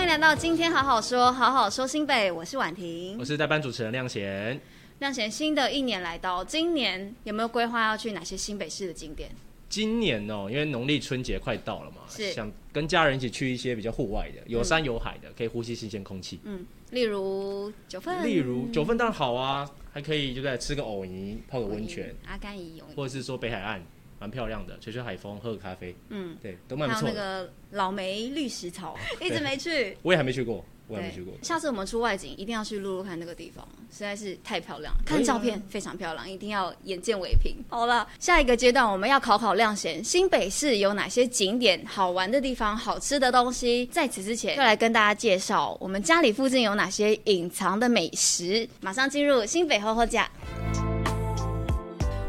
迎来到今天好好说，好好说新北，我是婉我婷。是代班主持人亮贤。亮贤，新的一年来到，今年有没有规划要去哪些新北市的景点？今年哦，因为农历春节快到了嘛，是想跟家人一起去一些比较户外的，有山有海的，可以呼吸新鲜空气。嗯，例如九份，例如九份当然好啊，还可以就在吃个藕泥，泡个温泉，，阿甘怡泳，或者是说北海岸蛮漂亮的，吹吹海风，喝个咖啡，嗯，对，都蛮不还有那错的。个老梅绿石草，一直没去。我也还没去过，我还没对去过，。下次我们出外景一定要去露露看那个地方，实在是太漂亮了，啊看照片非常漂亮，一定要眼见为凭。 好了，下一个阶段我们要考考亮贤，新北市有哪些景点、好玩的地方、好吃的东西？在此之前，要来跟大家介绍我们家里附近有哪些隐藏的美食。马上进入新北厚厚家。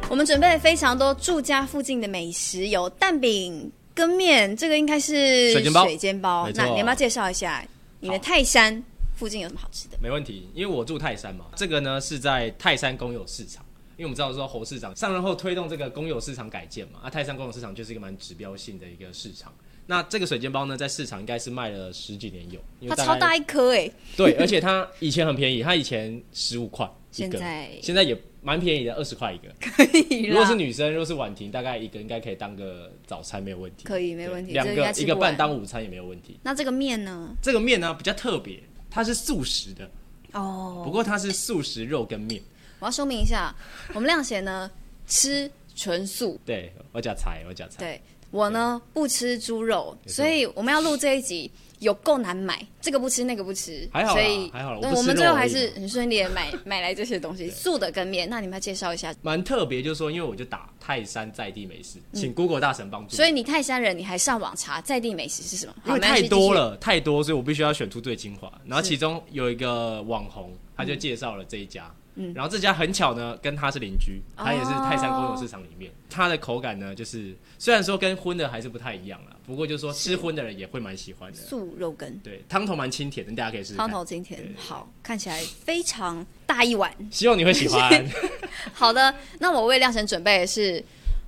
我们准备了非常多住家附近的美食，有蛋饼、羹面，这个应该是水煎包水煎包没错那你要不要介绍一下你的泰山附近有什么好吃的？没问题，因为我住泰山嘛。这个呢是在泰山公有市场，因为我们知道说侯市长上任后推动这个公有市场改建嘛，啊，泰山公有市场就是一个蛮指标性的一个市场。那这个水煎包呢，在市场应该是卖了十几年有，因它为超概大一颗哎、 对，而且它以前很便宜，它以前十五块一现根，在现在也蛮便宜的，二十块一个。可以啦。如果是女生，如果是婉婷，大概一个应该可以当个早餐没有问题，可以没问题对两这应该个吃一不个完半当午餐也没有问题。那这个面呢？这个面呢比较特别，它是素食的，不哦，过它是素食肉跟面。我要说明一下，我们亮贤呢吃纯素，对，我假菜，我假菜。对我呢不吃猪肉，错所以我们要录这一集。有够难买，这个不吃那个不吃，还好啦所以还好啦对我不吃我们最后肉而还已是嘛很顺利的买 买来这些东西，素的跟面。那你们要介绍一下，蛮特别，就是说，因为我就打泰山在地美食，请 Google 大神帮嗯助。所以你泰山人，你还上网查在地美食是什么？因好为没关系太多了，太多，所以我必须要选出最精华。然后其中有一个网红，他就介绍了这一家，嗯然后这家很巧呢，跟他是邻居，哦他也是泰山公有市场里面。它的口感呢，就是虽然说跟荤的还是不太一样啦，不过就是说吃荤的人也会蛮喜欢的继续。素肉羹。对，汤头蛮清甜的，大家可以试试汤看。头今天对对对好，看起来非常大一碗。希望你会喜欢。 好的，那我为亮神准备的是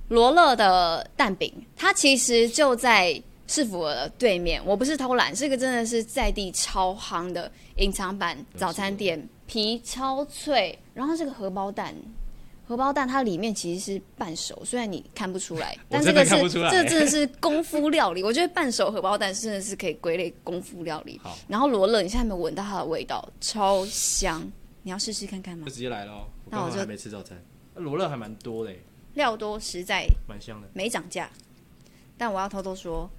罗勒的蛋饼，它其实就在市府的对面。我不是偷懒，这个真的是在地超夯的隐藏版早餐店，皮超脆，然后这个荷包蛋。荷包蛋它里面其实是半 熟，虽然你看不出来，我但这真的个是看不出 来这真的是功夫料理。我觉得半熟荷包蛋真的是可以归类功夫料理好。然后罗勒，你现在有没有闻到它的味道？超香，你要试试看看吗就？直接来咯，我那刚我好就还没吃早餐，罗勒还蛮多的耶，料多实在蛮香的。没涨价，但我要偷偷说，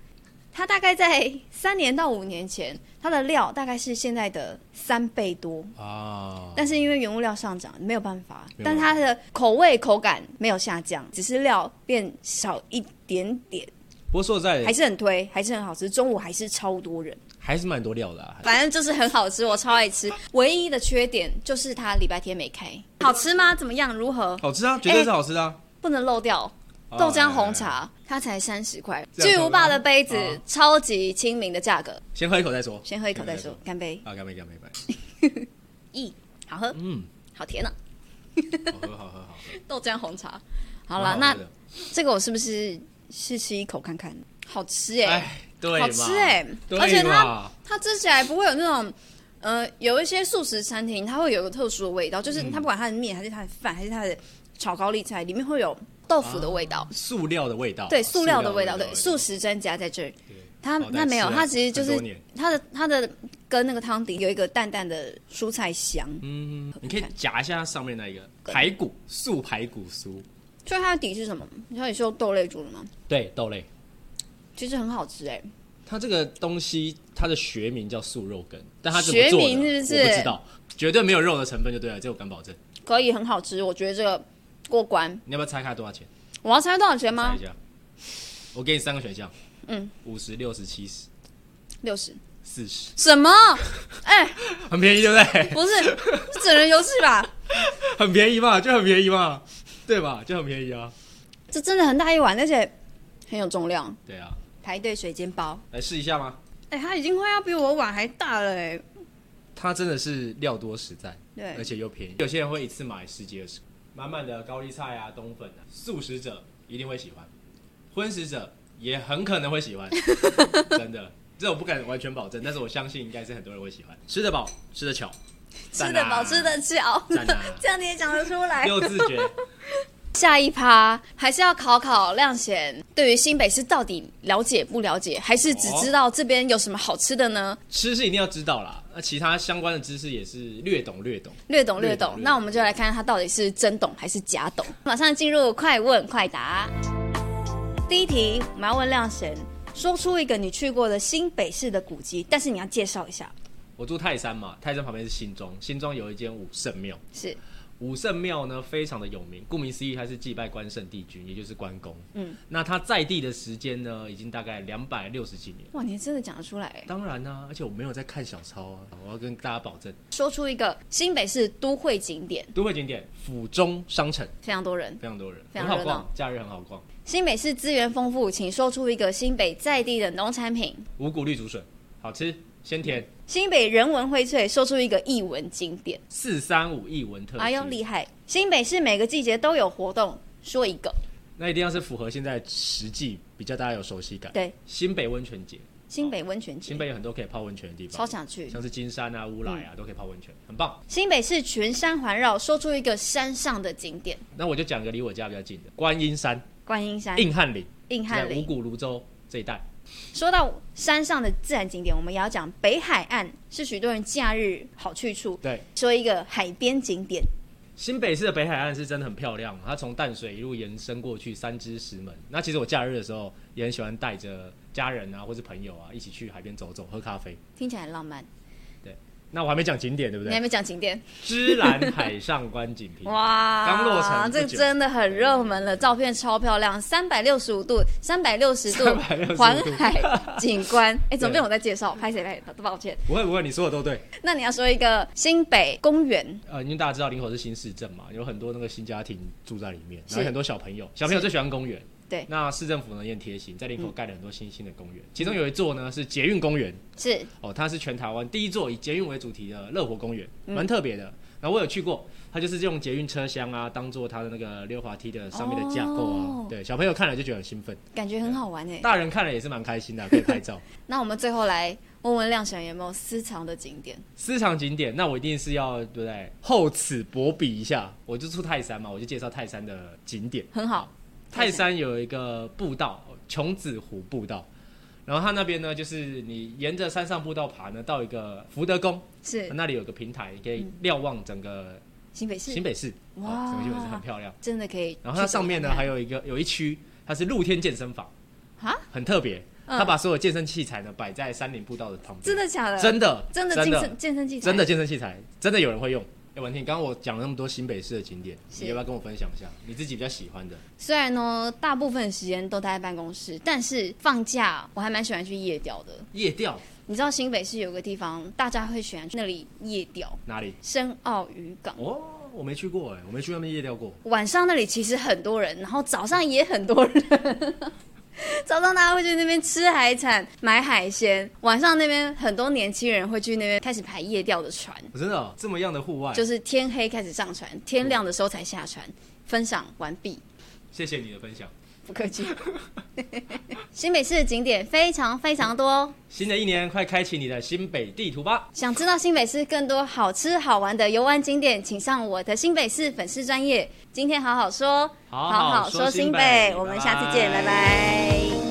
它大概在三年到五年前，它的料大概是现在的三倍多，啊，但是因为原物料上涨没有办法，没有但办法它的口味口感没有下降，只是料变少一点点，不过说实在的还，是很推，还是很好吃，中午还是超多人，还是蛮多料的、啊。反正就是很好吃，我超爱吃。唯一的缺点就是它礼拜天没开，好吃吗？怎么样？如何？好吃啊，绝对是好吃啊！不能漏掉。啊哎豆浆红茶，它才三十块，这样巨无霸可以吗的杯子啊，超级亲民的价格。先喝一口再说，先喝一口再说。，干杯！啊，干杯，干杯，干杯！咦，好喝，嗯，好甜呢、啊好喝，好喝，好喝。豆浆红茶。好蛮了，喝那的这个我是不是试吃一口看看？好吃哎、哎，对嘛，好吃哎、对嘛而且它它吃起来不会有那种。呃，有一些素食餐厅，它会有一个特殊的味道，嗯就是它不管它的面还是它的饭还是它的炒高丽菜，里面会有豆腐的味道。塑料的味道，对，塑料的味道，对，素啊塑食专家在这里对。它好它难没有，吃啊它其实就很是多年它的它的跟那个汤底有一个淡淡的蔬菜香，嗯，你可以夹一下上面那一个排骨素排骨酥，所以它的底是什么？你说你是用豆类煮的吗？对，豆类。其实很好吃哎、它这个东西，它的学名叫素肉羹，但它怎学么做的名是不是我不知道，绝对没有肉的成分就对了，这我敢保证。可以很好吃，我觉得这个过关。你要不要猜看多少钱？我要猜多少钱猜吗一？下，我给你三个选项，啊嗯，五十六十七十六十？四十，什么？ 哎、很便宜，对不对？ 不是，是整人游戏吧？很便宜嘛，就很便宜嘛，对吧？就很便宜啊。这真的很大一碗，而且很有重量。对啊，排队水煎包，来试一下吗？哎、它已经快要比我碗还大了哎、它真的是料多实在，对而且又便宜。有些人会一次买十几二十，满满的高丽菜啊、冬粉啊，素 食者一定会喜欢，荤食者也很可能会喜欢，真的。这我不敢完全保证，但是我相信应该是很多人会喜欢，吃得饱，吃得巧，吃得饱，吃得巧，啊赞啊 这样你也讲得出来。六自觉。下一趴还是要考考亮贤，对于新北市到底了解不了解，还是只知道这边有什么好吃的呢？吃是一定要知道啦，那其他相关的知识也是略懂略懂。略懂略略懂懂略。懂那我们就来看看他到底是真懂还是假懂。马上进入快问快答。第一题，我们要问亮贤，说出一个你去过的新北市的古迹，但是你要介绍一下。我住泰山嘛，泰山旁边是新庄，新庄有一间武圣庙，是，武圣庙呢非常的有名，顾名思义，它是祭拜关圣帝君，也就是关公。嗯，那它在地的时间呢，已经大概两百六十几年。哇，你真的讲得出来欸。当然啦、而且我没有在看小抄啊，我要跟大家保证，说出一个新北市都会景点，都会景点府中商城非常多人。非常多人，非很常好热闹逛，假日很好逛。新北市资源丰富，请说出一个新北在地的农产品。五谷绿竹笋好吃，鲜甜，新北人文荟萃，说出一个艺文景点。四三五一文特。哎呦，厉害！新北市每个季节都有活动，说一个。那一定要是符合现在实际，比较大家有熟悉感。对，新北温泉节，新北温泉节新，北有很多可以泡温泉的地超嗯方，想去。像是金山啊、乌来啊，都可以泡温泉，很棒。新北市群山环绕，说出一个山上的景点，那我就讲个离我家比较近的观音山、观音山、硬汉岭、哎硬在汉五林。谷泸州这一带。说到山上的自然景点，我们也要讲北海岸是许多人假日好去处。对，说一个海边景点，新北市的北海岸是真的很漂亮，它从淡水一路延伸过去三支石门。那其实我假日的时候也很喜欢带着家人啊，或是朋友啊，一起去海边走走，喝咖啡。听起来很浪漫。那我还没讲景点，对不你还对？没讲景点芝兰海上观景 亭，哇！刚落成不这久个真的很热门了，照片超漂亮，三百六十五度、三百六十度365度环海景 观。哎，怎么变我在介绍？拍谁拍谁？抱歉。不会不会，你说的都对。那你要说一个新北公园，呃，因为大家知道林口是新市镇嘛，有很多那个新家庭住在里面，是然后很多小朋友，小朋友最喜欢公园。对嗯那市政府呢也很贴心，在林口盖了很多新兴的公园，其中有一座呢是捷运公园，是哦，它是全台湾第一座以捷运为主题的乐活公园，嗯蛮特别的。然后我有去过，它就是用捷运车厢啊，当做它的那个溜滑梯的上面的架构啊，哦对，小朋友看了就觉得很兴奋，感觉很好玩哎。大人看了也是蛮开心的，啊可以拍照。那我们最后来问问亮神有没有私藏的景点？私藏景点，那我一定是要对不对？厚此薄彼一下，我就住泰山嘛，我就介绍泰山的景点。很好，泰山有一个步道，哦琼子湖步道，然后它那边呢，就是你沿着山上步道爬呢，到一个福德宫，是那里有个平台，可以瞭望整个新北市新，北市，哇哦整个新北市很漂亮。真的可以去走走看看。然后它上面呢还有一个有一区，它是露天健身房，啊，很特别，嗯它把所有健身器材呢摆在山林步道的旁边，真的假的？真的真的真健的身健身器材，真的健身器材，真的有人会用。哎、文婷，刚刚我讲了那么多新北市的景点，是你要不要跟我分享一下你自己比较喜欢的？虽然呢，大部分时间都待在办公室，但是放假我还蛮喜欢去夜钓的。夜钓你知道新北市有个地方，大家会喜欢去那里夜钓，哪里？深澳渔港。哦，我没去过哎、我没去那边夜钓过。晚上那里其实很多人，然后早上也很多人。 早上大家会去那边吃海产、买海鲜，晚上那边很多年轻人会去那边开始排夜钓的船，我真的哦、这么样的户外，就是天黑开始上船，天亮的时候才下船。分享完毕。谢谢你的分享。不客气。新北市的景点非常非常多哦，新的一年，快开启你的新北地图吧！想知道新北市更多好吃好玩的游玩景点，请上我的新北市粉丝专业。今天好好说，好好好说新新北，北我们下次见，拜拜拜拜